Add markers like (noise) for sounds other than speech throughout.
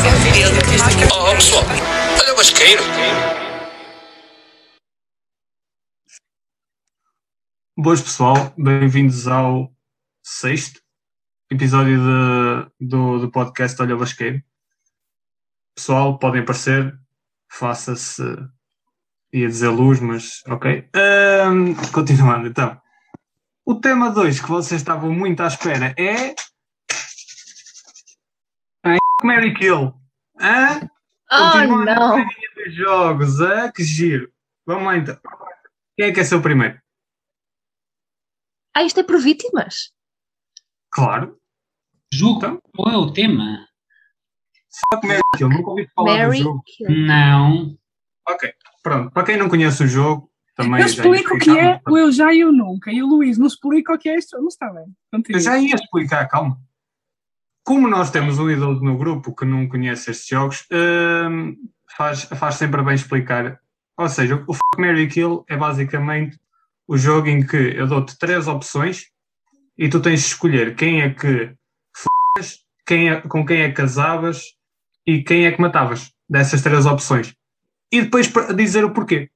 Oh, pessoal, olha o basqueiro. Boas pessoal, bem-vindos ao sexto episódio de- do, do podcast Olha o Basqueiro. Pessoal, podem aparecer, faça-se, ia dizer luz, mas ok. Ahm, continuando então. O tema 2 que vocês estavam muito à espera é. Hein? Mary Kill. Hã? Oh, Continuando a não. série dos jogos. Hã? Que giro. Vamos lá então. Quem é que é seu primeiro? Ah, isto é por vítimas? Claro. Julgo. Então? Qual é o tema? Fuck Mary Kill. Nunca ouvi falar do Mary jogo. Kill. Hum. Não. Ok, pronto. Para quem não conhece o jogo, também. Eu já explico o que explicámos. é o Eu Já e o Nunca. E o Luís não explica o que é isto. Não está bem. Continua. Eu já ia explicar, calma. Como nós temos um idoso no grupo que não conhece estes jogos, hum, faz, faz sempre bem explicar. Ou seja, o Fuck Mary Kill é basicamente o jogo em que eu dou-te três opções e tu tens de escolher quem é que focas, quem é, com quem é que casavas e quem é que matavas dessas três opções. E depois pra- dizer o porquê.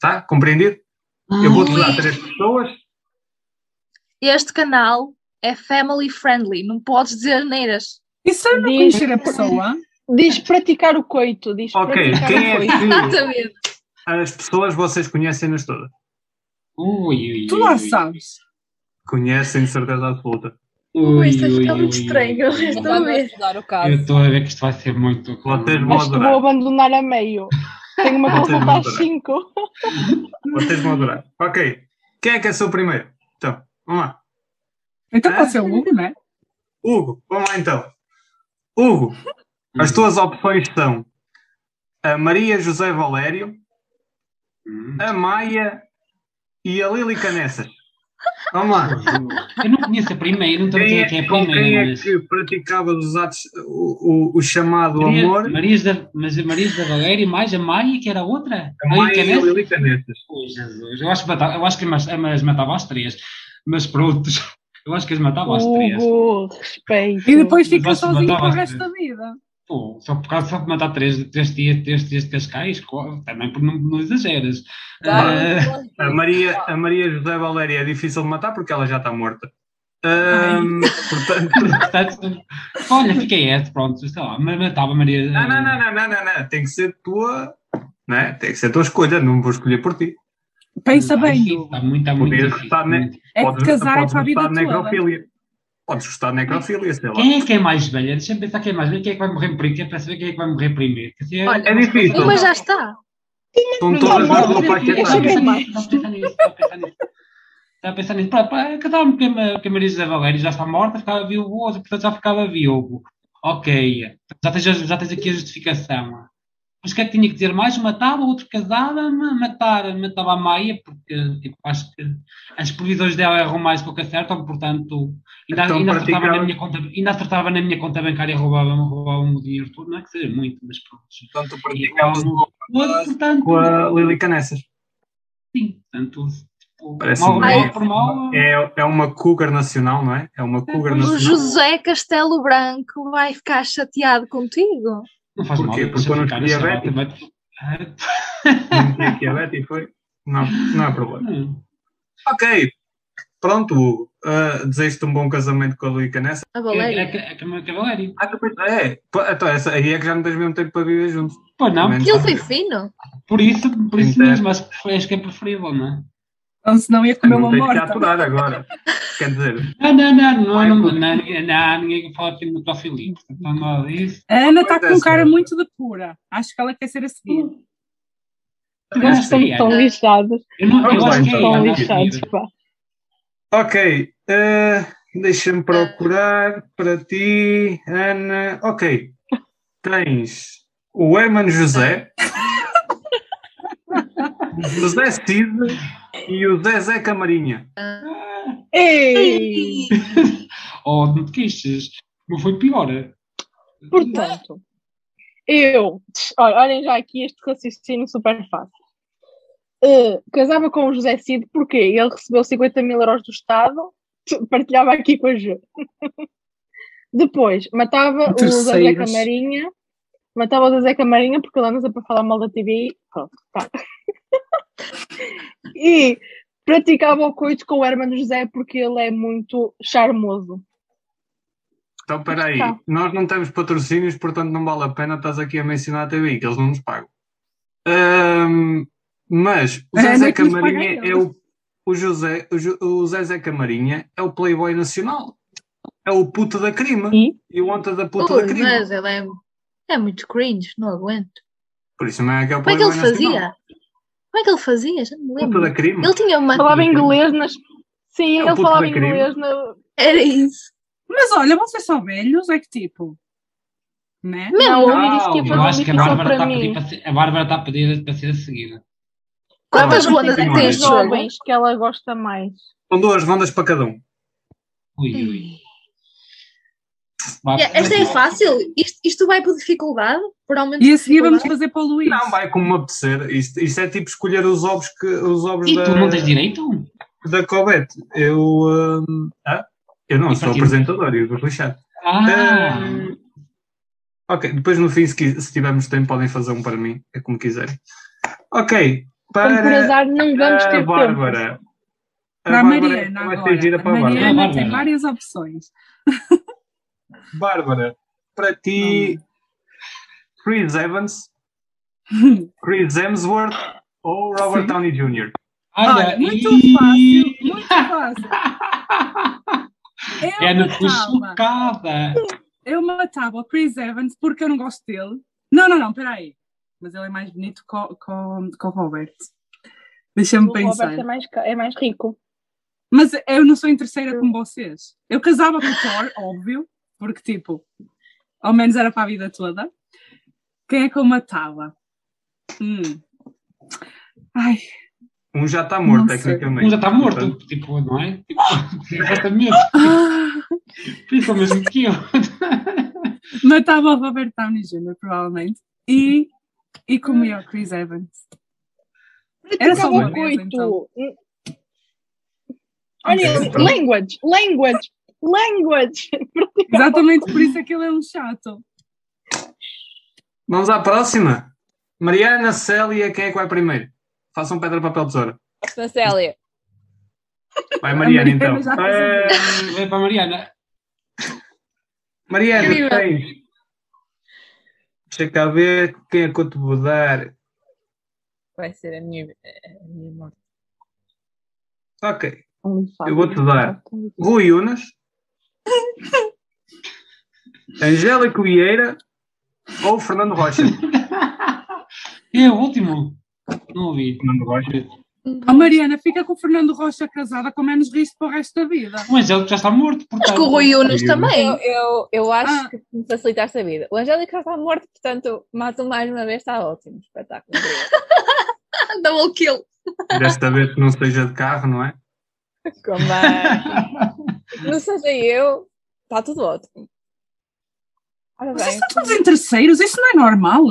Tá? Compreendido? Eu vou-te dar três pessoas Este canal é family friendly, não podes dizer neiras. Isso é não Diz- conhecer a pessoa. Diz praticar o coito. Diz Ok, praticar quem o é coito. que Exatamente. as pessoas vocês conhecem-nas todas? Ui, ui, ui, Tu lá ui, sabes. Conhecem de certeza absoluta. Ui, Ui, isto é ui, fica ui, muito ui. estranho, eu estou a ver. estudar o Eu caso. estou a ver que isto vai ser muito. Vocês vão Acho que adorar. vou abandonar a meio. Tenho uma Vocês vão consulta às adorar. 5. Vocês vão adorar. Ok. Quem é que é seu primeiro? Então, vamos lá. Então Ah. pode ser o Hugo, não é? Hugo, vamos lá então. Hugo, as tuas opções são a Maria José Valério, Hum. a Maia e a Lili Canessas. Vamos lá. Eu não conheço a primeira, não estou a Quem dizer é, quem é a com quem primeira. é mas- que praticava os atos, o, o- o chamado Maria- amor? Marias da, mas a Marias da Valéria e mais a Maia, que era a outra. A Maia e a Canessa? Lili Canessas. Ui, Jesus. Eu acho que, mata- eu acho que mas, mas matava às três. Mas pronto, (laughs) eu acho que as matava às três. Hugo, respeito. E depois fica Mas vocês sozinho para o mandavam-se resto da dizer. vida. Pô, só por causa só de matar três, três dias, três dias de Cascais, co- também por não, não exageras. Dá- Ah, A Maria, a Maria José Valéria é difícil de matar porque ela já está morta. Ahm, (laughs) portanto, portanto, olha, fiquei esse, pronto, sei lá, mas matava a Maria. não, não, não, não, não, não, não, tem que ser tua, né? tem que ser tua escolha, não vou escolher por ti. Pensa bem, Hugo. Está tá muito, está muito Podia difícil, estar, né? muito. É Podes- de casar é podes para a vida gostar de toda. necrofilia. Podes gostar de necrofilia, sei lá. Quem é que é mais velha? Deixa-me pensar quem é mais velha, quem é que vai morrer primeiro, quem é para saber quem é que vai morrer primeiro. Quer dizer, Olha, É difícil. Uma já está. Estão todas não, na tua não, não, Estava Deixa eu a parte. ver. pensar nisso, estava a pensar nisso, estava a pensar nisso. Estava a pensar nisso. Pá, pá, Casava-me com a- com a Maria José Valério, já está morta, ficava viúvo, outra, portanto já ficava viúvo. Ok, já tens, a- já tens aqui a justificação. Mas o que é que tinha que dizer mais? Matava, outro casava-me, matar, matava a Maia, porque tipo, acho que as previsões dela erram mais do que acertam, portanto, ainda, Então, ainda, acertava, praticava- na minha conta, ainda acertava na minha conta bancária e roubava-me roubava o dinheiro todo, não é que seja muito, mas pronto. Portanto, praticavas praticavas Outro, portanto, É com a Lili Canessas. Sim, portanto, tipo, Parece mal, um- mal por mal. É, é uma cougar nacional, não é? É uma cougar O nacional. José Castelo Branco vai ficar chateado contigo. Não faz mal. Porquê? deixa Porque eu não ficar, tive deixa lá, diabetes. vai- vai- Não tinha que a Betty foi. Não, não é problema. Hum. Ok. Pronto, Hugo. Uh, Desejo-te um bom casamento com a Luíca nessa. A É Valéria. é que- é que é meu cavalério. Ah, que pois é. Pô, Então, essa aí é que já não tens mesmo tempo para viver juntos. Pois não, Menos- Ele foi fino. por isso, por isso Então. mesmo, acho que, foi- acho que é preferível, não é? Então senão ia comer Não uma tens que morta. aturar agora. Quer dizer, Não, não, não, não, Ai, não, pô. não, não, não, ninguém fala aqui de metofilia, portanto, não há nada disso. A Ana está com um Acontece, cara mas- muito de pura. Acho que ela quer ser a seguir. Eu acho que é Estão Ana. lixados. Eu não- Vamos eu lá, acho que é então. Estão Ana a lixados, seguir. pá. ok. uh, Deixa-me procurar para ti, Ana. Ok. Tens o Herman José, o José Cid e o Zezé Camarinha. Ei! Oh, não te queixas. Não foi pior. Portanto, eu. Olha, olhem já aqui este raciocínio super fácil. Uh, casava com o José Cid porque (laughs) ele recebeu 50 mil euros do Estado, partilhava aqui com a Ju. (laughs) Depois, matava o Zezé Terceiros. Camarinha. Matava o Zezé Camarinha porque ele anda para falar mal da TV e pronto, pá. (laughs) e praticava o coito com o Hermano José porque ele é muito charmoso. Então, espera aí. Tá. Nós não temos patrocínios, portanto não vale a pena estás aqui a mencionar a TV, que eles não nos pagam. Ahm, mas o É, não Zezé é que nos Camarinha paguem, é o, o José, o, Ju- o Zezé Camarinha é o playboy nacional. É o puto da crima. E? E o anta da puta da Ui, crima. mas ele é, é muito cringe, não aguento. Por isso não é que é o Como é que playboy ele nacional. fazia? Como é que ele fazia? Já não me Puta lembro. da crima. Ele tinha uma. Falava inglês nas. Sim, É o ele puto falava da crime. inglês na. Era isso. Mas olha, vocês são velhos, é que tipo. Né? Não, Mesmo. ouvir isso Ah, eu acho que tipo a é Bárbara está tá muito difícil para a pedir mim. para ser, a Bárbara está a pedir para ser a seguir. Quantas Ah, rondas é que não, tens de não. jogo? jovens que ela gosta mais. São duas rondas para cada um. Ui, ui. Vá, Yeah, esta é fácil? Isto, isto vai por dificuldade? Por aumento E de a seguir vamos dificuldade? fazer para o Luís. Não, vai como uma apetecer. Isto, isto é tipo escolher os ovos, que, os ovos E da, tu não tens direito? da Covete. Eu, hum, ah, eu não, E sou partido. apresentador, eu vou lixar. Ah! Hum, ok, depois no fim, se, quis- se tivermos tempo, podem fazer um para mim, é como quiserem. Ok, Como por para azar não vamos a ter tempo. Bárbara. Para a Mariana É, vai agora. ser gira para a a Bárbara. Mariana tem Bárbara. várias opções. Bárbara, para ti, Chris (laughs) Evans, Chris Hemsworth ou Robert Sim. Downey Jr.? Olha, Olha, muito ih, fácil, muito fácil. Eu, É, não fui matava, chocada. eu matava o Chris Evans porque eu não gosto dele. Não, não, não, peraí. Mas ele é mais bonito com, com, com o Robert. Deixa-me O pensar. Roberto é mais, ca- é mais rico. Mas eu não sou interesseira como vocês. Eu casava com o Thor, (laughs) óbvio, porque tipo, ao menos era para a vida toda. Quem é que eu matava? Hum. Ai, Um já está morto, Não sei. tecnicamente. Um já está morto, Portanto, tipo, não é? Tipo, (laughs) exatamente. ah, Pensa o mesmo que eu. matava o Robert Downey Jr., provavelmente. E, e comia o Chris Evans. É Era só uma Acabou vez, então. coito. Olha, Ok. language, language, language. Exatamente por isso é que ele é um chato. Vamos à próxima. Mariana, Célia, quem é que vai primeiro? Façam pedra, papel, tesoura. Sou Célia. Vai, Mariana, Mariana então. já um Eh, Vai É para a Mariana. Mariana, Incrível. tens. Deixa cá ver quem é que eu te vou dar. Vai ser a minha, a minha irmã. Ok. Eu vou-te dar. Rui (laughs) Unas. Angélica Vieira ou Fernando Rocha? (laughs) É o último. Não ouvi. Fernando Rocha. A Mariana fica com o Fernando Rocha casada com menos risco para o resto da vida. Mas ele já está morto, Mas portanto. com o Rui Unas Rui Unas. Eu, também. eu, eu acho Ah. que me facilitaste a vida. O Angélico já está morto, portanto, mato mais uma vez, está ótimo. (laughs) Espetáculo. (laughs) Double kill. Desta vez que não seja de carro, não é? Como é? Não seja eu, está tudo ótimo. Ora Vocês bem, estão todos em terceiros, isso não é normal.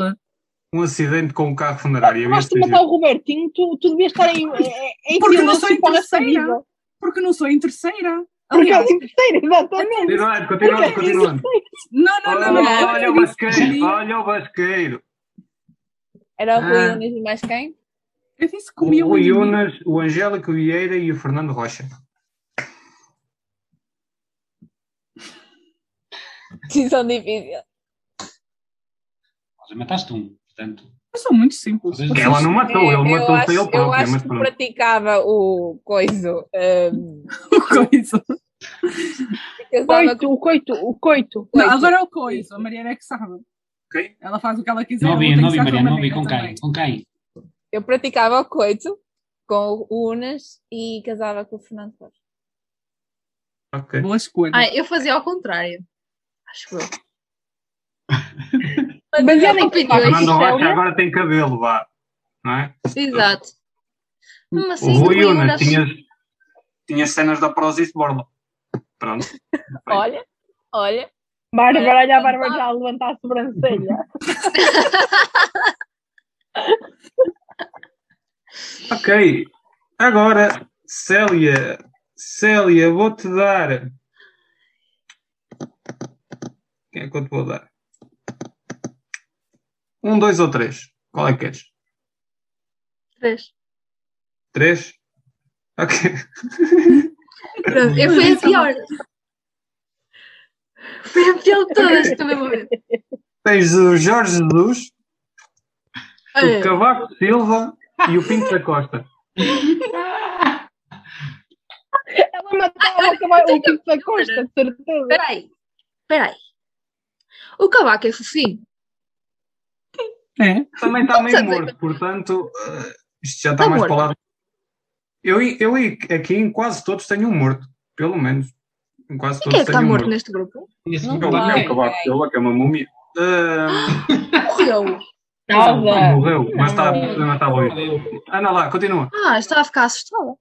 Um acidente com um carro funerário. Mas tu Este matar o Robertinho, tu, tu devias estar em, é, em, em Porque não silêncio sou para o resto da interesseira. vida. Porque não sou em terceira. Porque é Aliás, interesseira, exatamente. Continuando, é continuando, continuando. não, não, não, não. Olha, não. olha o é basqueiro, olha o basqueiro. era o Rui Ah. Unas e mais quem? (laughs) Eu disse que O comi o um. Yuna. Unas, o Angélico Vieira e o Fernando Rocha. Decisão difícil. Já mataste um, portanto. Eu sou muito simples. Vocês- Ela não matou, É, ele eu matou-se acho, a ele eu próprio, acho mas que pronto. praticava o coiso. Um, Coisa. casava Coito, com o coito, o coito. Não, Coito. agora é o coisa. A Mariana é que sabe. Ok. Ela faz o que ela quiser. Não eu ouvi, tenho não que ouvi, estar com a Mariana, não ouvi. Com Mariana também. quem? Com quem? Eu praticava o coito com o Unas e casava com o Fernando Rocha. Ok. Boa escolha. Ai, eu fazia ao contrário. Acho eu. Baseado em Opiniões. Fernando Rocha Célia? é agora tem cabelo, vá. Não é? Exato. Mesmo O assim, Rui Rui Unas Unas. tinha, tinha cenas da Prozis de Borla. Pronto. Bem. Olha, olha. É, Bárbara, olha a Bárbara então. já a levantar a sobrancelha. Ok. Agora, Célia. Célia, vou-te dar. Quem é que eu te vou dar? Um, dois ou três? Qual é que queres? Três. Três? Ok. (laughs) Pronto, eu fui a pior. Fui a pior de todas que também vou ver. Tens o Jorge Jesus, o Olha, Cavaco Silva e o Pinto da Costa. Ela matava o cavalo- o Kiko da Costa, de certeza. Peraí, peraí. O Cavaco é fofinho. É? Também está meio Também. morto, portanto, eh, isto já está Tá mais morto. para lá. Eu, e- eu e aqui em quase todos tenho um morto, pelo menos. Em quase E quem todos é que tenho está um morto morto. neste grupo? Nesse Não É o momento, é vai. o ninguém. Cavaco Silva, que é uma múmia. Ah, Morreu. Nada. morreu, mas está mas está bom. Eu- Ana lá, continua. Ah, estava a ficar assustada.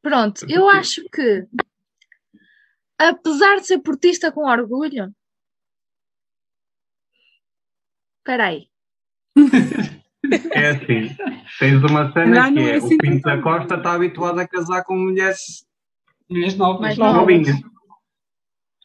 Pronto, eu Porquê? acho que, apesar de ser portista com orgulho. Peraí. É assim. Tens uma cena Não, não que é, é assim o Pinto tão da Costa bom. está habituado a casar com mulheres Mulheres novas. Mais novas. novinhas.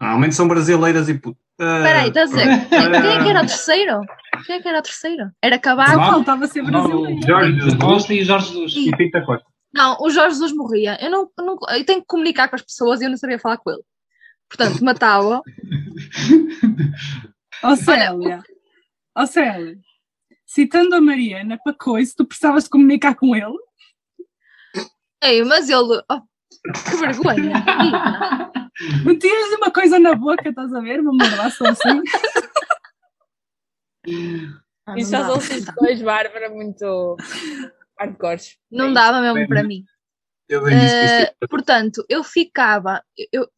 Normalmente são brasileiras e puto. Ah, Peraí, estás a dizer? Quem quem é que era o terceiro? Quem é que era o terceiro? Era Cavaco? Cavaco? Faltava ser é brasileiro. Jorge Jorge Jesus. Costa e o Jorge Jesus. (laughs) E Pinto da Costa. Não, o Jorge Jesus morria. Eu, não, eu não- eu tenho que comunicar com as pessoas e eu não sabia falar com ele. Portanto, matava. Ó Célia, ó Célia, citando a Mariana para coisa, tu precisavas de comunicar com ele? Ei, mas ele. oh, que vergonha! Metias-lhe uma coisa na boca, estás a ver? Uma mordaça assim. Ah, Isso é não já dava. são (laughs) sugestões, Bárbara, muito hardcore. Não dava mesmo para mim. Eu bem disse que Eh, isto é- portanto, eu ficava, eu,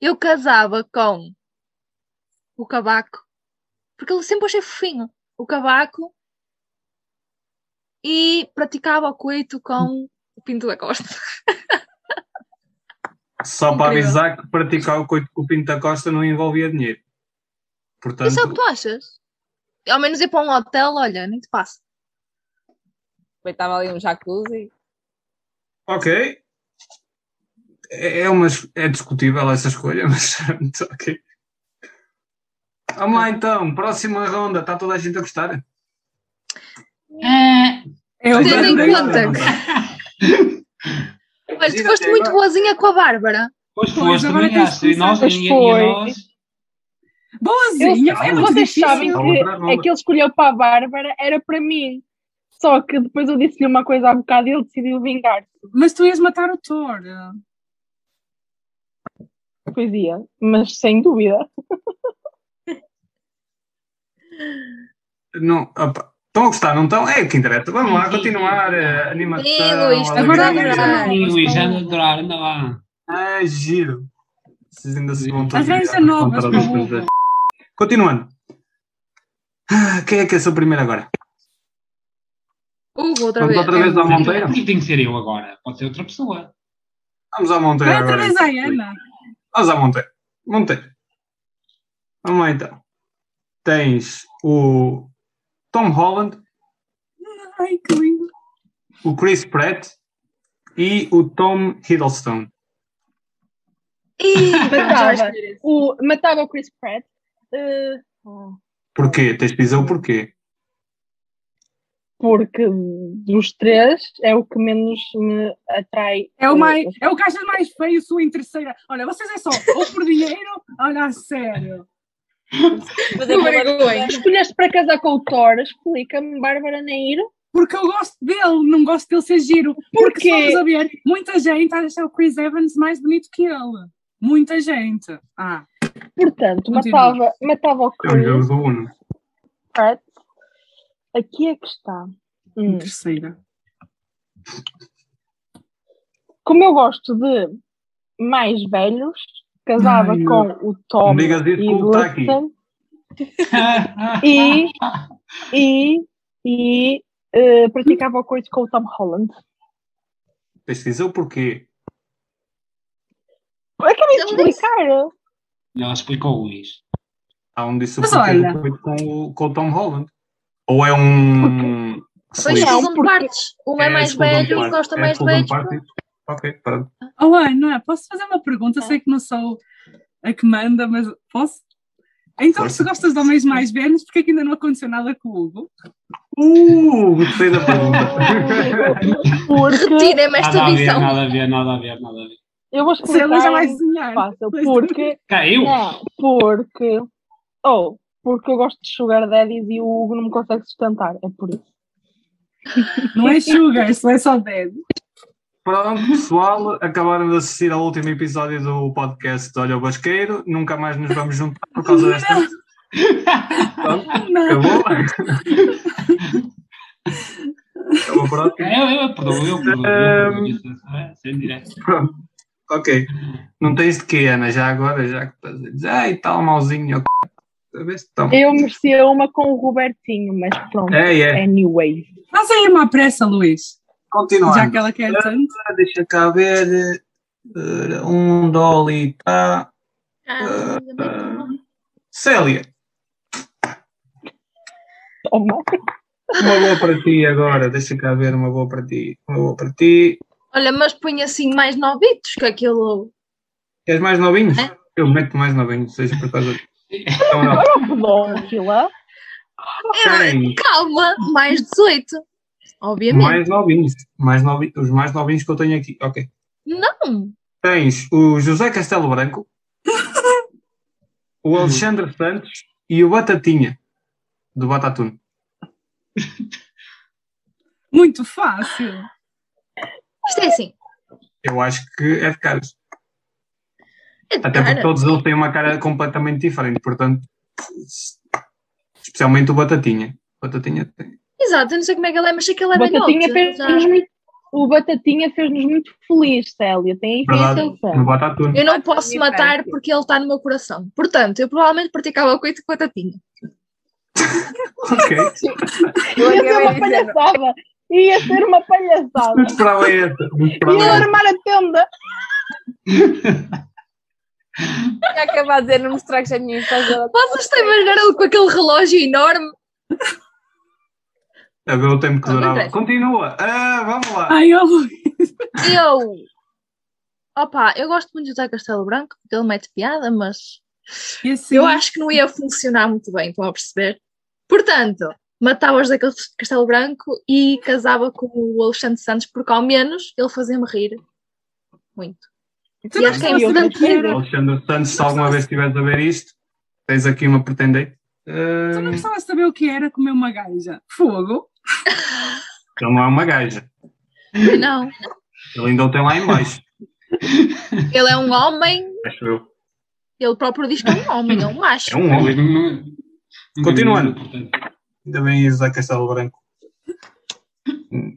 eu casava com o cabaco, porque eu sempre achei fofinho o cabaco e praticava o coito Hum. com o Pinto da Costa. Só para incrível. avisar que praticar o coito com o Pinto da Costa não envolvia dinheiro. Isso é o que Portanto, tu achas? Ao menos ir para um hotel, olha, nem te passa. Estava ali um jacuzzi. ok. É, é uma, es- é discutível essa escolha, (laughs) mas ok. Vamos lá então, próxima ronda. Está toda a gente a gostar? É, Eu Tendo em adorei. conta Olha, tu Imagina foste até muito agora. boazinha com a Bárbara. Pois Pois, foste, agora também tens de acho. E nós, começar. e, e Pois foi. nós. Boazinha, Eu- foi Ah, muito Vocês difícil. sabem Vamos que entrar, vamos. aquele escolheu para a Bárbara era para mim. Só que depois eu disse-lhe uma coisa há bocado e ele decidiu vingar-se. Mas tu ias matar o Thor. Pois ia, mas sem dúvida. Não, opa. Estão a gostar, não estão? É o que interessa. Vamos lá, continuar. eh, Digo animação. isto, Agora alegria. agora não. E o Mas Isandro como- adorar, anda lá. Ah, giro. Vocês ainda se vão Às vezes é todos novas, contra para as o coisas. Hugo. Continuando. Ah, Quem é que é seu primeiro agora? Hugo, outra Vamos vez. outra vez ao Monteiro? E tem que ser eu agora. Pode ser outra pessoa. Vamos ao Monteiro Vai outra agora. então. vez à Ana. Vamos ao Monteiro. Monteiro. Vamos lá então. Tens o Tom Holland, Ai, que lindo. o Chris Pratt e o Tom Hiddleston. Ih, Matava. já escolhi. O, matava o Chris Pratt. eh, oh, Porquê? Tens de dizer o porquê. porque dos três é o que menos me atrai. É o, mais, é o que achas mais feio, sua em terceira. Olha, vocês é só ou por dinheiro, olha, a sério. Fazer vergonha. Escolheste para casar com o Thor, explica-me, Bárbara Neiro. Porque eu gosto dele, não gosto dele ser giro. Porque se Porquê? vamos a ver, muita gente acha o Chris Evans mais bonito que ele. Muita gente. Ah, Portanto, Continua. matava, matava o É o jogo Chris do Uno. Pratt. Aqui é que está. em Hum. terceira. Como eu gosto de mais velhos, casava Ai, com o Tom Não digas isso que o Taki. Hiddleston e, e, e eh, praticava o coito com o Tom Holland. Tens de dizer o porquê. Acabei de Não disse. explicar. Ela explicou o Luís. Há um disse o Mas porquê olha. do coito com o, com o Tom Holland. Ou é um. Pois Sleep. não, são porque- partes. Um é, mais Golden velho, Party. um gosta É mais Golden velho. Party. Ok, pronto. é? Oh, Ana, posso fazer uma pergunta? Sei que não sou a que manda, mas posso? Então, se gostas de homens mais velhos, porque é que ainda não aconteceu nada com o Hugo? Uh, gostei da (laughs) pergunta. Porque Retirem-me Ah, esta Nada a ver, visão. nada a ver, nada a ver, nada a ver. eu vou Se explicar ele já vai muito sonhar. (laughs) fácil. Pois. Porque, Caiu? não, porque, ou porque eu gosto de sugar daddies e o Hugo não me consegue sustentar. É por isso. Não é sugar, isso é só dead. Pronto, pessoal, acabaram de assistir ao último episódio do podcast de Olha o Basqueiro. Nunca mais nos vamos juntar por causa desta. Pronto, Não. acabou. (laughs) acabou pronto. Eu, eu perdoo, eu perdoo. eu perdoo isso, é, Sem direto. Pronto. Ok. Não tens de quê, Ana? Já agora, já que estás a dizer, ai, tal mauzinho, ó, c******." Sabes? Então, É. Eu merecia uma com o Robertinho, mas pronto. É, é. Anyway. Faz aí uma pressa, Luís. Já que Continuando. ela quer tanto. Ah, Deixa cá ver. eh, Um dolly, tá. Ah, ainda bem que não. Célia, (laughs) Toma. uma boa para ti agora. Deixa cá ver uma boa para ti. Uma boa para ti. Olha, mas põe assim mais novitos que aquilo. Queres mais novinhos? É. Eu meto mais novinhos, seja por causa. de- Então, não. Pedófila. Tem Calma, mais 18. Obviamente. mais novinhos. Mais novi... Os mais novinhos que eu tenho aqui. Ok. Não. Tens o José Castelo Branco, o Alexandre Santos e o Batatinha, do Batatune. Muito fácil. Isto é assim. Eu acho que é de caras. É de Até porque cara. todos eles têm uma cara completamente diferente, portanto. Especialmente o Batatinha. Batatinha tem. Exato, eu não sei como é que ela é, mas sei que ela O é bem Batatinha alta. Já- fez-nos muito. O Batatinha fez-nos muito feliz, Célia. Tem Verdade, é no atenção. Batatune. Eu não posso Batatinha matar fértil. porque ele está no meu coração. Portanto, eu provavelmente praticava coito com a tatinha. Ok. é Eu Ia ser uma acabei de dizer, palhaçada. Ia ser uma palhaçada. Muito para a essa. Muito para Ia a armar a tenda. tinha acabado de dizer, não me estragues a minha infância. Vocês estão a imaginar ele com aquele relógio enorme? A ver o tempo que Não, não durava. interessa. Continua. Ah, vamos lá. Ai, ó, Luís. Eu. Opa, eu gosto muito de usar Castelo Branco porque ele mete piada, mas E assim, eu acho que não ia funcionar muito bem, estão a perceber? Portanto, matava os daquele Castelo Branco e casava com o Alexandre Santos porque ao menos ele fazia-me rir. Muito. tu e não acho que é assim, estavas a saber o que era. Alexandre Santos, se alguma vez estiveres a ver isto, tens aqui uma pretendente. Tu não Ah, estavas a saber o que era comer uma gaja. Fogo. Ele não é uma gaja. Não. Ele ainda o tem lá em (laughs) baixo. Ele é um homem, Acho eu. ele próprio diz que é um homem, é um macho. É um homem. Continuando. Ainda bem José Castelo Branco. Hum.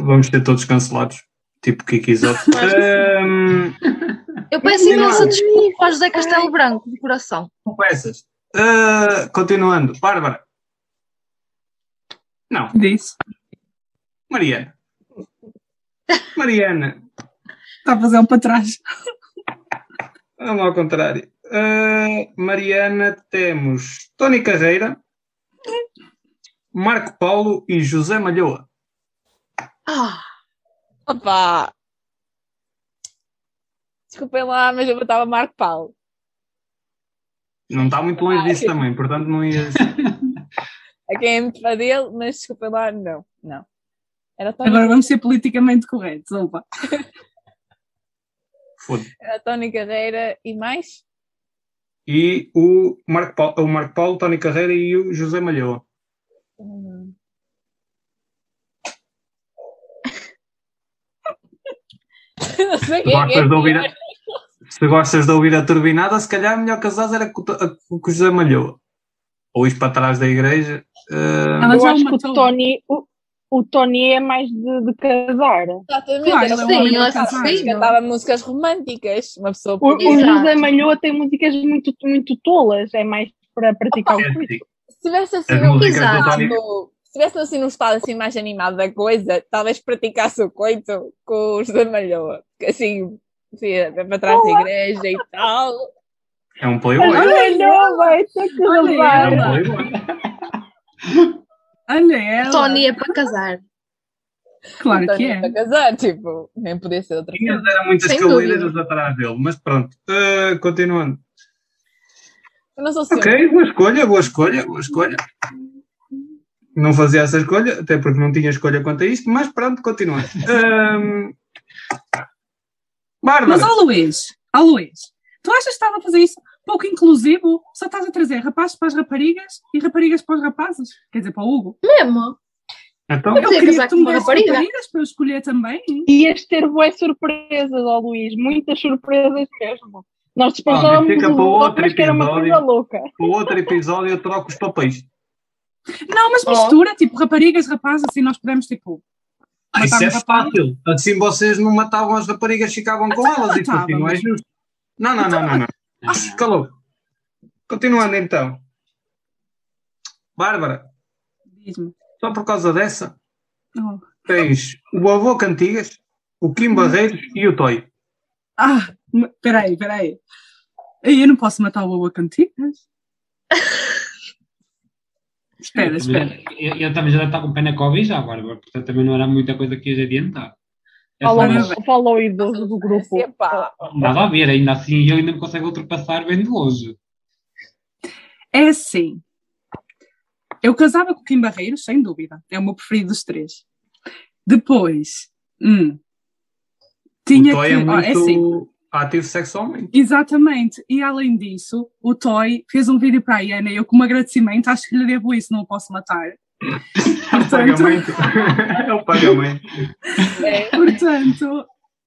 Vamos ser todos cancelados. Tipo Kiki Zote. Ahm, um Eu peço imensa desculpa ao José Castelo Branco, de coração. com peças. Ah, continuando. Bárbara. Não. Disse. Mariana. Mariana, Está a fazer um para trás. vamos ao contrário. Uh, Mariana, temos Tony Carreira, Marco Paulo e José Malhoa. Ah, Opa! Desculpem lá, mas eu botava Marco Paulo. Não está muito longe disso também, portanto não ia. A quem é muito fã dele, mas desculpem lá, não, não. Era Tony, Agora vamos ser politicamente corretos. Opa. Foda-se. era Tony Carreira e mais? E o Marco, Paulo, o Marco Paulo, Tony Carreira e o José Malhoa. Hum. não sei Se quem é que é gostas de ouvir pior. a, se gostas de ouvir a turbinada, se calhar melhor casar era com, o To- com o José Malhoa. Ou ir para trás da igreja. Uh, Ela Eu já o acho que o matou. Tony, o, o Tony é mais de, de casar. Exatamente, Claro, era ele é um Tony homem Carreira. casado. Cantava músicas românticas, uma pessoa O, o Exato. José Malhoa tem músicas muito, muito tolas. É mais para praticar é o assim. coito. Se tivesse assim As num músicas do estado, Tony- se tivesse assim num estado assim mais animado da coisa, talvez praticasse o coito com os da Malhoa. Que Assim, assim, para trás da igreja e tal. É um playboy. Malhoa vai ter Olha que É um ela. levar. playboy. Olha ela. Tony é para é casar. Claro que é. Para casar, tipo, nem podia ser outra Tinha coisa. de dar muitas Sem calorias atrás dele, mas pronto. Eh, continuando. Eu não sou assim, ciúme. Ok, boa escolha, boa escolha, boa escolha. Não fazia essa escolha, até porque não tinha escolha quanto a isto, mas pronto, continuando. Ahm, Bárbara, Mas, ó Luís, ó Luís, tu achas que estás a fazer isso pouco inclusivo? Só estás a trazer rapazes para as raparigas e raparigas para os rapazes? Quer dizer, para o Hugo. Mesmo? então, Eu Eu podia queria casar que com tu me uma desses rapariga. raparigas para eu escolher também. Ias ter boas surpresas, ó Luís, muitas surpresas mesmo. Nós Olha, dispensávamos fica o para Hugo, outro mas que era uma episódio. coisa louca. para outro episódio eu troco os papéis. Não, mas mistura, tipo, raparigas, rapazes, assim nós podemos, tipo, Ah, isso é Matava raparigas. fácil. Assim vocês não matavam as raparigas, ficavam com elas. Isso assim não é matávamos. justo. Não, não, não, não. não. Então, Ah, calou. Continuando então. Bárbara, diz-me. só por causa dessa, Oh. tens o avô Cantigas, o Kim Barreiros e o Toy. Ah, ma- peraí, peraí. Eu não posso matar o Boa Cantigas. espera, espera. Eu, eu também já deve estar com pena Covid já, Bárbara, portanto também não era muita coisa que ias adiantar. É só Fala, Olá, uma- bem. fala o idoso do grupo. Sim, assim, pá. nada a ver, ainda assim ele ainda me consegue ultrapassar bem de longe. É assim. Eu casava com o Kim Barreiros, sem dúvida. É o meu preferido dos três. Depois, hum, tinha o Toy que. é ó, é assim. muito ativo sexualmente. Exatamente. E além disso, o Toy fez um vídeo para a Iana e eu, como agradecimento, acho que lhe devo isso, não o (laughs) posso matar. (laughs) Portanto, Pagamento. É (laughs) o pagamento. (laughs) É. portanto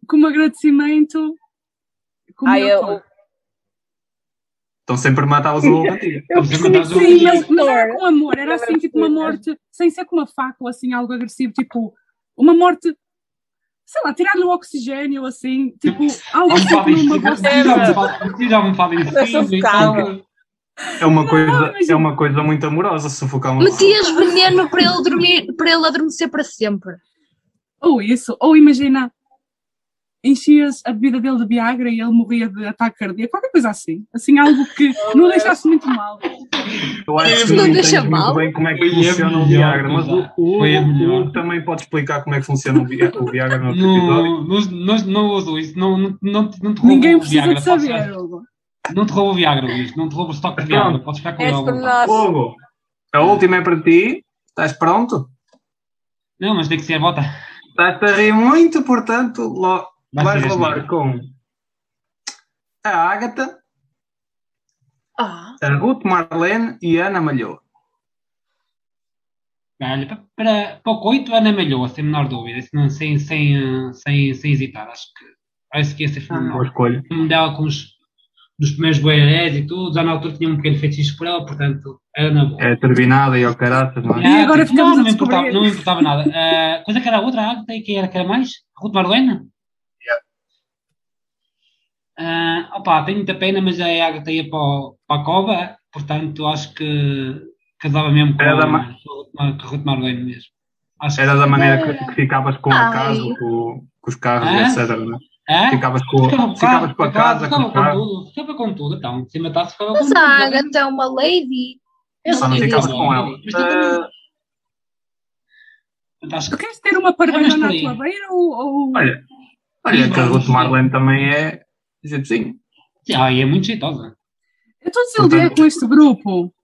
como agradecimento. Como Ai, eu, eu- Toy. Então sempre matavas o avô Cantigas. Eu Sim, percebi mas- que Sim, tinha mas, mas era história. com amor, era assim, tipo uma morte, sem ser com uma faca ou assim, algo agressivo, tipo, uma morte, sei lá, tirar-lhe o oxigênio, assim, tipo, algo Não me assim falem como uma isso, voz. já me falem- já me falem Eu isso. sufocava. É uma, coisa, mas- é uma coisa muito amorosa sufocar uma pessoa. Metias veneno para ele dormir, para ele adormecer para sempre. Ou isso, ou imagina, enchias a bebida dele de Viagra e ele morria de ataque cardíaco, qualquer coisa assim, assim, algo que não deixasse muito mal. Eu acho Isso que não não deixa entendo muito mal. bem como é que Foi a funciona o melhor Viagra, mas coisa. o, o, Foi a o- melhor. o também pode explicar como é que funciona o Viagra, o Viagra no outro episódio. Não, não, não, não uso isso, não, não, não, te- não te roubo Ninguém o precisa Viagra. de podes saber, ficar- Hugo. Não te roubo o Viagra, Luís, não te roubo o estoque de Viagra, podes ficar com És é por ele. nós. Hugo, a última é para ti. Estás pronto? Não, mas tem que ser, bota. Estás-te a rir muito, portanto, lo- Vai vais ser assim. este levar mesmo. com a Ágata, Ah, a Ruth Marlene e a Ana Malhoa. Olha, pa- para, para o coito, Ana Melhoa, sem menor dúvida, se não- sem, sem, eh, sem, sem hesitar, acho que, acho que ia ser Boa fenomenal. escolha. Como dela com os dos primeiros boiarés e tudo, já na altura tinha um pequeno feitiço por ela, portanto, era na boa. É turbinada e ao caraças, não é? E agora tipo, ficamos não, a não me importava, descobrir. não me importava nada. Ah, coisa que era outra, a Agatha, e quem era que era mais? Ruth Marlene? Yeah. Eh, opa, tenho muita pena, mas a Agatha ia para, o- para a cova, portanto acho que casava mesmo com Era da a, ma- com a Ruth Marlene mesmo. Acho Era da maneira que, que ficavas com a Ai. casa, com, com os carros, Hã? etc. não é? Hã? Ficavas com, Ficava com o ficavas carro, com a casa, com ficava o carro. tudo, ficava com tudo, então. Se matasse, ficava com mas tudo. a Agatha é uma lady. Eu Só não sei ficavas disso, com ela. Eh, mas tu também- Ah, Portanto, acho Tu que- queres ter uma parvalhona na Vamos por tua aí. beira ou... ou- Olha, olha que a Ruth Marlene também é jeitozinho. Ah, e é muito jeitosa. Eu estou desiludida Portanto- com este grupo.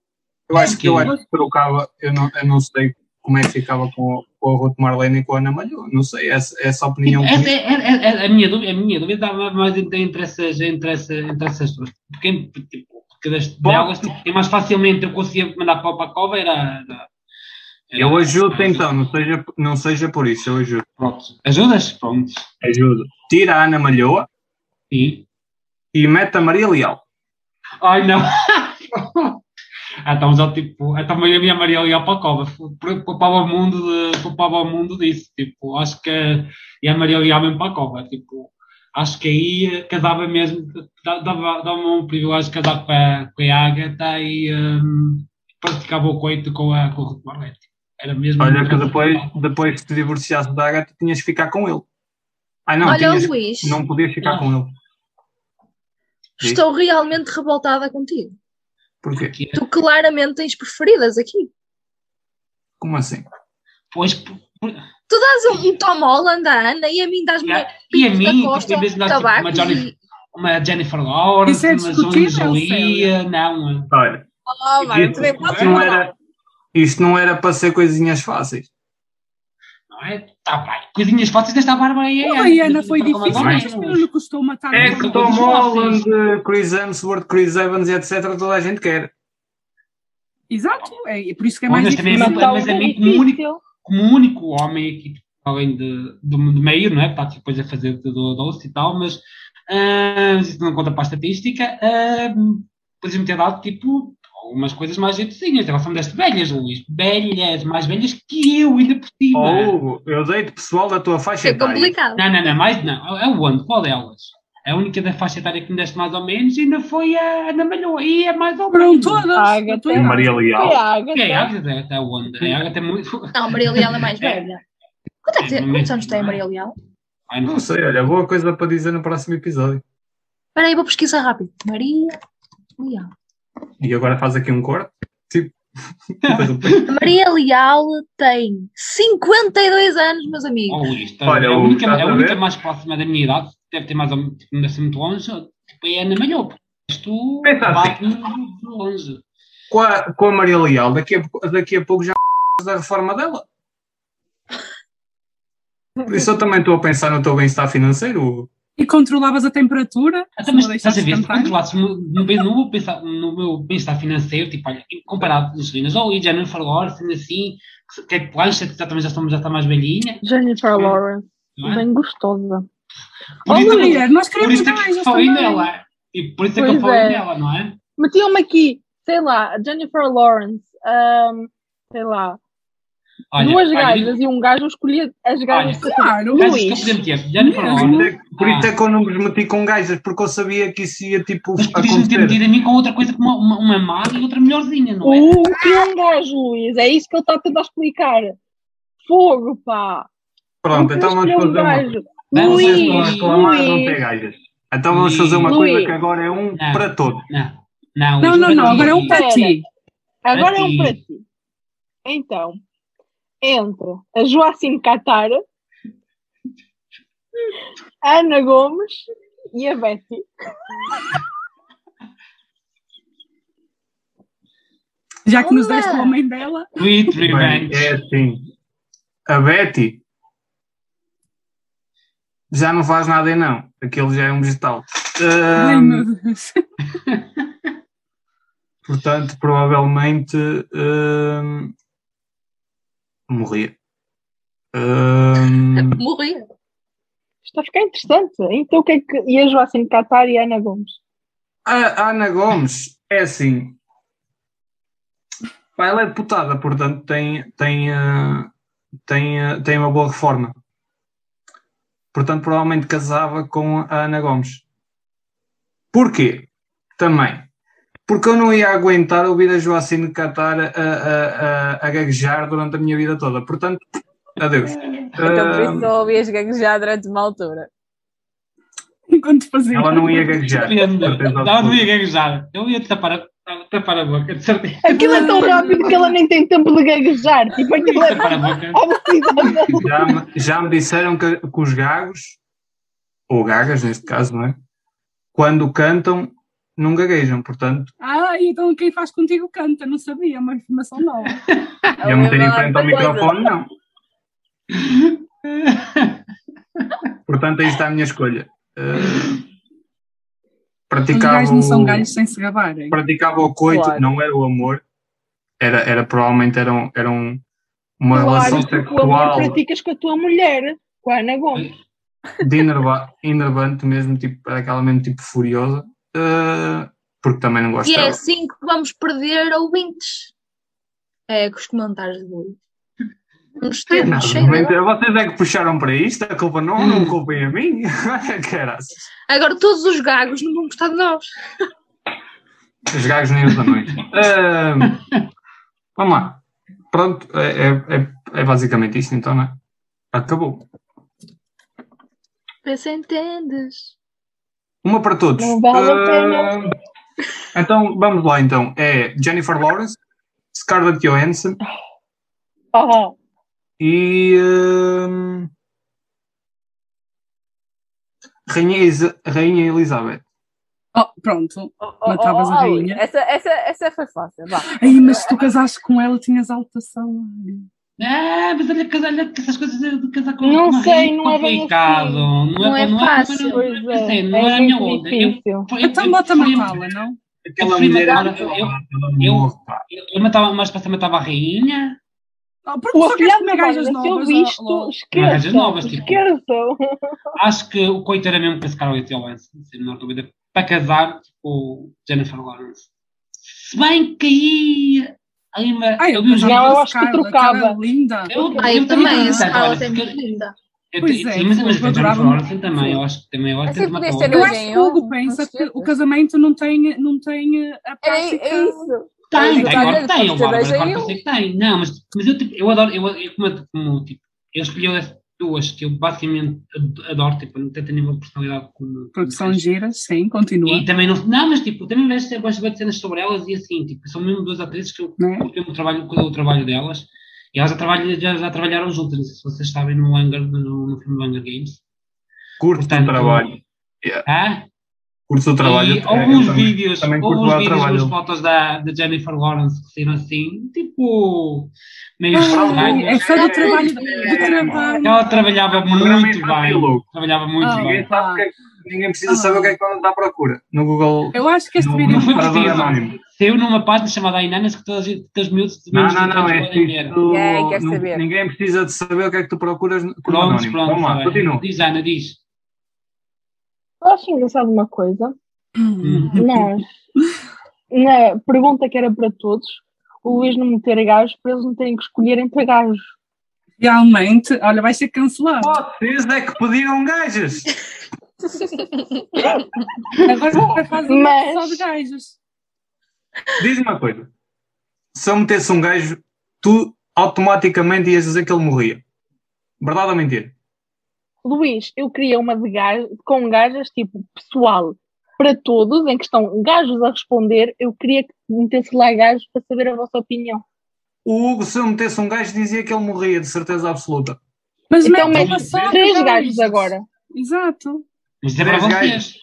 Eu acho que eu acho que trocava, eu não, eu não sei como é que ficava com, com a Ruth Marlene e com a Ana Malhoa. Não sei, é, essa, essa opinião. que- Essa é, é- é- é a minha dúvida, a minha dúvida estava mais entre, entre essas, entre, essa, entre essas duas. Porque, tipo, porque das Bom. delas, tipo, quem mais facilmente eu conseguia mandar para, para a cova era. era- Eu ajudo então, não seja, não seja por isso, eu ajudo. Pronto. Ajudas? Pronto. Ajudo. Tira a Ana Malhoa Sim. e mete a Maria Leal. Ai não! (laughs) Ah, então já tipo, ah, também a minha Maria ia para a cova, P- poupava o mundo, de, poupava o mundo disso, tipo, acho que e a Maria ia mesmo para a cova, tipo, acho que aí eh, casava mesmo, da- dava, dava um privilégio de casar com a, com a Agatha e hum, praticava o coito com a, com o Ruth Marlene. Era Uhum. mesmo. Olha que depois, depois que te divorciasse da Agatha, tinhas de ficar com ele. Ah não, Olha tinhas- o Luís, Ah. não podias ficar com ele. Sim. estou realmente revoltada contigo. Porquê? Que- Tu claramente tens preferidas aqui. Como assim? Pois, por- por- Tu dás um, um Tom Holland à Ana e a mim dás-me uma E a Pinto mim, da tipo, Costa, em vez de dar tipo, tabaco uma, Johnny, e... uma Jennifer Lawrence, Isso é uma Zoe discutível, Jolie, não. Olha, Oh, Mário, tu nem podes isto não, é falar. era, isto não era para ser coisinhas fáceis. Não é? Tá bem. Coisinhas fáceis desta é Bárbara e a Como a Ana foi difícil, mais. mas não lhe custou matar É o que Bruno. Tom coisas Holland, fáceis. Chris Hemsworth, Chris Evans, etc. Toda a gente quer. Exato, é por isso que é Mas mais também é difícil. muito- Matar mas um a é mim, difícil. como o único homem aqui, tipo, além de, do, do meio, não é? Está aqui depois a fazer de do doce e tal, mas ah, mas isso não conta para a estatística. Uh, Podes-me ter dado, tipo, algumas coisas mais jeitosinhas. Elas são das velhas, Luís. Velhas, mais velhas que eu, ainda por cima. Ou Hugo, eu deito pessoal da tua faixa Foi etária. complicado. Não, não, não, mais não. É o ano, qual delas? A única da faixa etária que me deste mais ou menos ainda foi a Ana Malhoa. E é mais ou Foram menos. todas. Ah, tá? Eu tô Gabriel. em- Maria Foi Leal. a Porque então, é a Agatha. Águeda, até o ano. A Águeda é muito. Não, a Maria Leal é mais (laughs) É. velha. Quanto é que É, tem- não quantos é- anos tem a não é. Maria Leal? Ai, não Não sei, olha, boa coisa para dizer no próximo episódio. Espera aí, vou pesquisar rápido. Maria Leal. E agora faz aqui um corte. Tipo. (laughs) (laughs) A Maria Leal tem 52 anos, meus amigos. Ou isto. Olha, tá- é a o- única, estás a a única ver? mais próxima da minha idade, deve ter mais ou menos, tipo, não deve ser muito longe, tipo, é a Ana Malhoa. Isto Pensa assim. bate muito longe. Ah, com, a, com a Maria Leal, daqui a, pou- daqui a pouco já da reforma dela. Por isso eu também estou a pensar no teu bem-estar financeiro. Hugo. E controlavas a temperatura, se Até, não Então, mas estás deixaste a ver, se cantar. controlasses no, no, meu- no, meu pensar- no meu bem-estar financeiro, tipo, olha, comparado com os meninos, ou e Jennifer Lawrence, assim, que se- que é plancha, que já, também já, estamos, já está mais velhinha, Jennifer Lawrence. não é? Bem gostosa. Por Oh, isso- é mulher, nós Por queremos isso é que mais. eu nós falei também. nela. E por isso é que eu Pois falei é. nela, não é? Metiam-me aqui, sei lá, a Jennifer Lawrence, ahm, sei lá, Olha, duas olha, gajas e um gajo, eu escolhia as gajas Olha, que eu Claro, gajas que eu Luís. podia meter, Jennifer Não. Por isso Lawrence. é que- por isso é que eu não me meti com gajas, porque eu sabia que isso ia tipo Mas podias-me ter acontecer. metido a mim com outra coisa, com uma, uma, uma má e outra melhorzinha, não é? O que é um gajo, Luís? É isso que ele está a tentar explicar. Fogo, pá. Pronto, então vamos fazer um uma gajo. Vamos Vocês Luís, estão a reclamar de não ter Luís. gajas. Então vamos fazer uma Luís. coisa que agora é um Não. para todos. Não, não, Não, isto não, não, para agora é ti. um para ti. Agora é um Para para ti. ti. Então, entre a Joacim Catara, a Ana Gomes e a Betty. Já que nos Uma. deste o homem dela, Sweet Bem, Revenge. é assim. A Betty já não faz nada e não. Aquilo já é um vegetal. Ah, Ah. ai Ahm, meu Deus. (laughs) Portanto, provavelmente hum, morria. Hum, Morria. Está a ficar interessante. Então, o que é que. E a Joacim Catara e a Ana Gomes? a a Ana Gomes é assim. Pá, Ela é deputada, portanto tem, tem, ah, tem, ah, tem uma boa reforma. Portanto, provavelmente casava com a Ana Gomes. Porquê? Também. Porque eu não ia aguentar ouvir a Joacine Catar a, a, a, a gaguejar durante a minha vida toda. Portanto, adeus. Então por Ah, isso só ouvias gaguejar durante uma altura. Enquanto fazia. Eh, Ela não ia gaguejar. Dá não ia gaguejar. Eu ia tapar a, tapar a boca, de certeza. Aquilo é tão rápido que ela nem tem tempo de gaguejar. Tipo, aquilo é Tapar a boca. a velocidade da Já me, já me disseram que, que os gagos, ou gagas neste caso, não é? Quando cantam, não gaguejam, portanto, Ah, então quem faz contigo canta, não sabia, é uma informação nova. já me terem em frente é ao microfone, não. Portanto, aí está a minha escolha. Eh, Os praticava, gajos não são o, gajos sem se gabarem. praticava o coito, Claro. não era o amor, era, era provavelmente era, um- era um- uma relação Claro, porque o amor sexual praticas com a tua mulher, com a Ana Gomes. de enerva- enervante mesmo, tipo, para aquela mesmo tipo furiosa, eh, porque também não gosto E é dela. assim que vamos perder ouvintes. É, com os comentários do Luís. É, Vamos ter Não, cheio de- realmente, vocês é que puxaram para isto, a culpa não, não culpem a mim. (laughs) Olha, caras. Agora todos os gagos não vão gostar de nós. Os gajos nem os da noite. Ahm, vamos lá. Pronto, é, é- é- é basicamente isto, então, não é? Acabou. Vê se entendes. Uma para todos. Não vale a Ahm, então, vamos lá, então. É Jennifer Lawrence, Scarlett Johansson, Oh, E. hum, Rainha, Isa- Rainha Elizabeth. Oh, pronto. Oh, oh, Matavas oh, a oh, Luís, rainha. Essa, essa, essa foi fácil. Vá. Ai, mas se tu casaste com ela, tinhas alteração. É, mas olha, casar, olha que essas coisas de de casar com Não com uma sei, rainha não é bem complicado. assim. Não, Não é não fácil. Não é, Pois não é, é, assim, não era a minha é muito onda. Eu, difícil. eu, eu, Então bota preferia- matá-la, não? Aquela prima mulher. é dela, aquela eu- ela eu- morre, pá. eu, eu matava, mas para matava a rainha. Oh, porque O só queres afilhado comer olha, gajas né? se eu novas. vi ó, isto, ó. Gajas esqueçam. novas, tipo. Esqueçam. Acho que o coito era mesmo para esse cara o Theo Lance, sem a menor dúvida, para casar com Jennifer Lawrence. Se bem que aí. aí uma- Ai, Ah, eu vi os casava Não, com eu a acho que Scarlett, trocava. ela é linda. Eu, Ah, eu também, tenho a essa essa Scarlett olha, é muito linda. eu- Pois eu- é, sim, mas, mas eu a Jennifer adorava Lawrence muito. também, eu acho que também eu acho que Essa tem uma podia coisa. ser Eu Hoje acho em que o Hugo hoje, pensa não que esqueças. o casamento não tem, não tem eh, a Era i- prática. é isso. Tem, Mas tem, agora olha, tem, eu pode ser agora dois em agora eu um. sei que tem. Não, mas, mas eu, tipo, eu adoro, eu, eu, como, como, tipo, eu escolhi as duas que eu basicamente ad- adoro, tipo, até tenho uma personalidade como. Porque são giras, sim, continua. E também não. Não, mas tipo, também vejo sempre gosto de ver cenas sobre elas e assim, tipo, são mesmo duas atrizes que eu Não é? curto o trabalho, curto o trabalho delas. E elas já, trabalham, já, já trabalharam juntas, não sei se vocês sabem, no, Hunger, no, no filme do Hunger Games. Curto o trabalho. Há? Curto o trabalho. E eu houve também- uns vídeos, também curto houve uns lá o vídeos, trabalho. umas fotos da, da Jennifer Lawrence que saíram assim, tipo, meio Ai, é estranhas. só do É, trabalho. é, Do trabalho. Ela trabalhava Programa muito infantil, bem. Hugo. Trabalhava muito Ah, bem. Ninguém, sabe o que é que- ninguém precisa saber o que é que ela está à procura. No Google. Eu acho que este Não, vídeo Não foi Para preciso. dar anónimo. Saiu numa página chamada Ainanas que todas que os miúdos de Não, menos não, de não. 18 É, podem ver. isto- Yeah, quer não- saber. ninguém precisa de saber o que é que tu procuras no- com o Pronto, anónimo. pronto. Vamos lá, tá bem. continua. Diz, Ana, diz. Eu acho engraçado uma coisa. Hum. Nós, na Né? pergunta que era para todos, o Luís não meter gajos para eles não terem que escolherem para gajos. Realmente, olha, vai ser cancelado. Vocês é que pediram gajas. Agora vai fazer um Mas- só de gajos. Diz-me uma coisa. Se eu metesse um gajo, tu automaticamente ias dizer que ele morria. Verdade ou mentira? Luís, eu queria uma de gajo, com gajas tipo pessoal para todos, em que estão gajos a responder. Eu queria que metesse lá gajos para saber a vossa opinião. O Hugo, se eu metesse um gajo, dizia que ele morria, de certeza absoluta. Mas Então mete mete uma só de Três gajos agora. Exato. Mas isso é para Três vocês.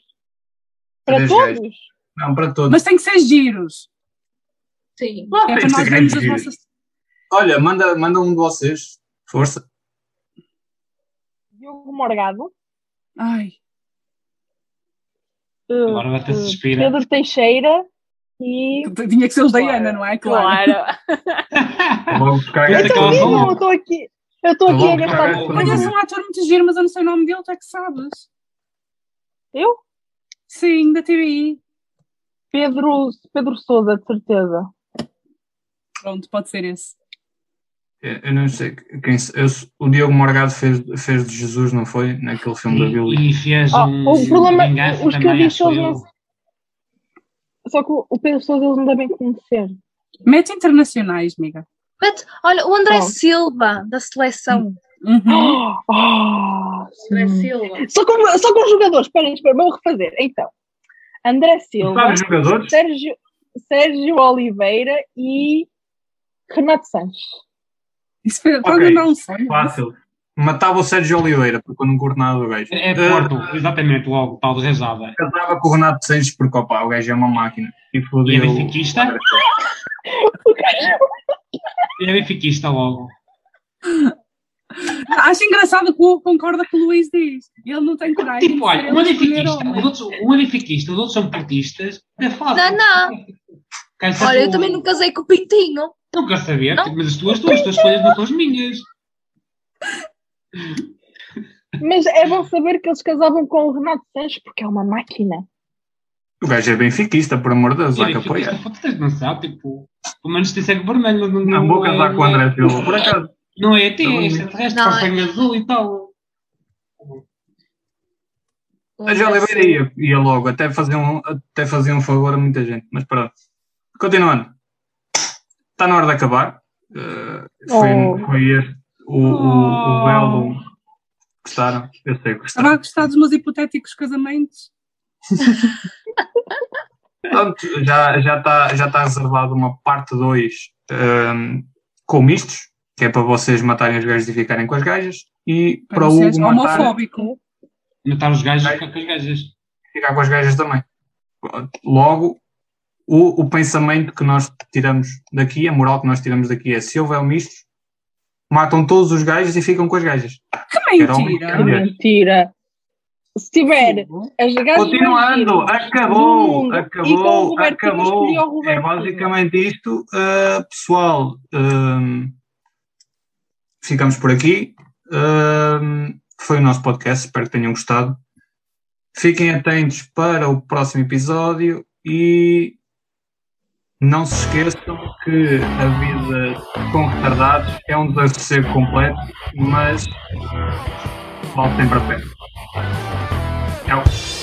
Para Três todos. Não, para todos. Mas tem que ser giros. Sim. tem É para que ser nós grandes vermos as giros. nossas. Olha, manda, manda um de vocês. Força. Diogo Morgado. Ai, eh, Agora vai ter eh, suspira. (laughs) Pedro Teixeira e. (laughs) tinha que ser os da Claro, Ana, não é? Claro. Claro. Vou buscar Pensa gajas. que elas Não, vão- Então, eu estou aqui. Eu estou aqui Alô, a gastar. caralho. Conheço um ator muito giro, mas eu não sei o nome dele, tu é que sabes. Eu? Sim, da TVI. Pedro, Pedro Souza, de certeza. Pronto, pode ser esse. Eu eu não sei quem. se- eu- o Diogo Morgado fez, fez de Jesus, não foi? Naquele filme da Bíblia. E, e fez Oh, um. o problema- vingança os que eu também, vi acho todos eu. não- Só que o o Pedro Souza eles não devem conhecer. Mete internacionais, amiga. Mas, olha, o André Qual? Silva, da seleção. Uhum. Ah, André sim. Silva. só, com, só com os jogadores. Espera, espera, vou refazer. Então, André Silva, Sabe jogadores? Sérgio, Sérgio Oliveira e Renato Sanches. Isso foi, pode Ok. lembrar um sonho. Fácil. Matava o Sérgio Oliveira, porque eu não curto nada do gajo. É Eh, Porto, exatamente, logo, tal de Rezada. Casava com o Renato Sanches, porque opa, o gajo é uma máquina. E E é fodeu. benfiquista? E é benfiquista logo. Acho engraçado que o Hugo concorda com o Luís diz. Ele não tem coragem. Tipo, olha, um é benfiquista, os outros, um é benfiquista, os outros são portistas. É Não, fácil. não. Quero saber- Olha, eu também não casei com o Pintinho. Não quero saber, tipo, Não? mas as tuas, as tuas escolhas não são as minhas. Mas é bom saber que eles casavam com o Renato Sanches porque é uma máquina. O gajo é benfiquista, por amor de Deus, E é há que apoiar. benfiquista, foda-se, não sabe, tipo, pelo menos tem sangue vermelho. Não, Não vou casar um com o André Silva. Por Não é, acaso, não é até, é extraterrestre, Não, com é- sangue azul e tal. O é Sérgio André Oliveira Silva. assim. ia, ia logo, até fazer, um, até fazer um favor a muita gente. Mas pronto. Continuando. Está na hora de acabar. Eh, foi, Oh. foi este o, o, o Oh. belo. Gostaram? Eu sei que Estava a gostaram. gostar dos meus hipotéticos casamentos. Portanto, já está já tá, já tá reservado uma parte 2 hum, com mistos. que é para vocês matarem os gajos e ficarem com as gajas, e para, Para o seres Hugo matar, homofóbico. Matar os gajos fica com as gajas. ficar com as gajas também. Logo, o, o pensamento que nós tiramos daqui, a moral que nós tiramos daqui é se houver um misto, matam todos os gajos e ficam com as gajas. Que Era um mentira! bocadinho. Mentira. Se tiver as gajas. Continuando, mais giras do acabou, mundo, Hum, e com acabou, o Robertinho, escolhi o acabou. É Robertinho. basicamente isto, Uh, pessoal. um, ficamos por aqui. Um, foi o nosso podcast, espero que tenham gostado. Fiquem atentos para o próximo episódio e não se esqueçam que a vida com retardados é um desassossego completo, mas vale sempre a pena. Tchau.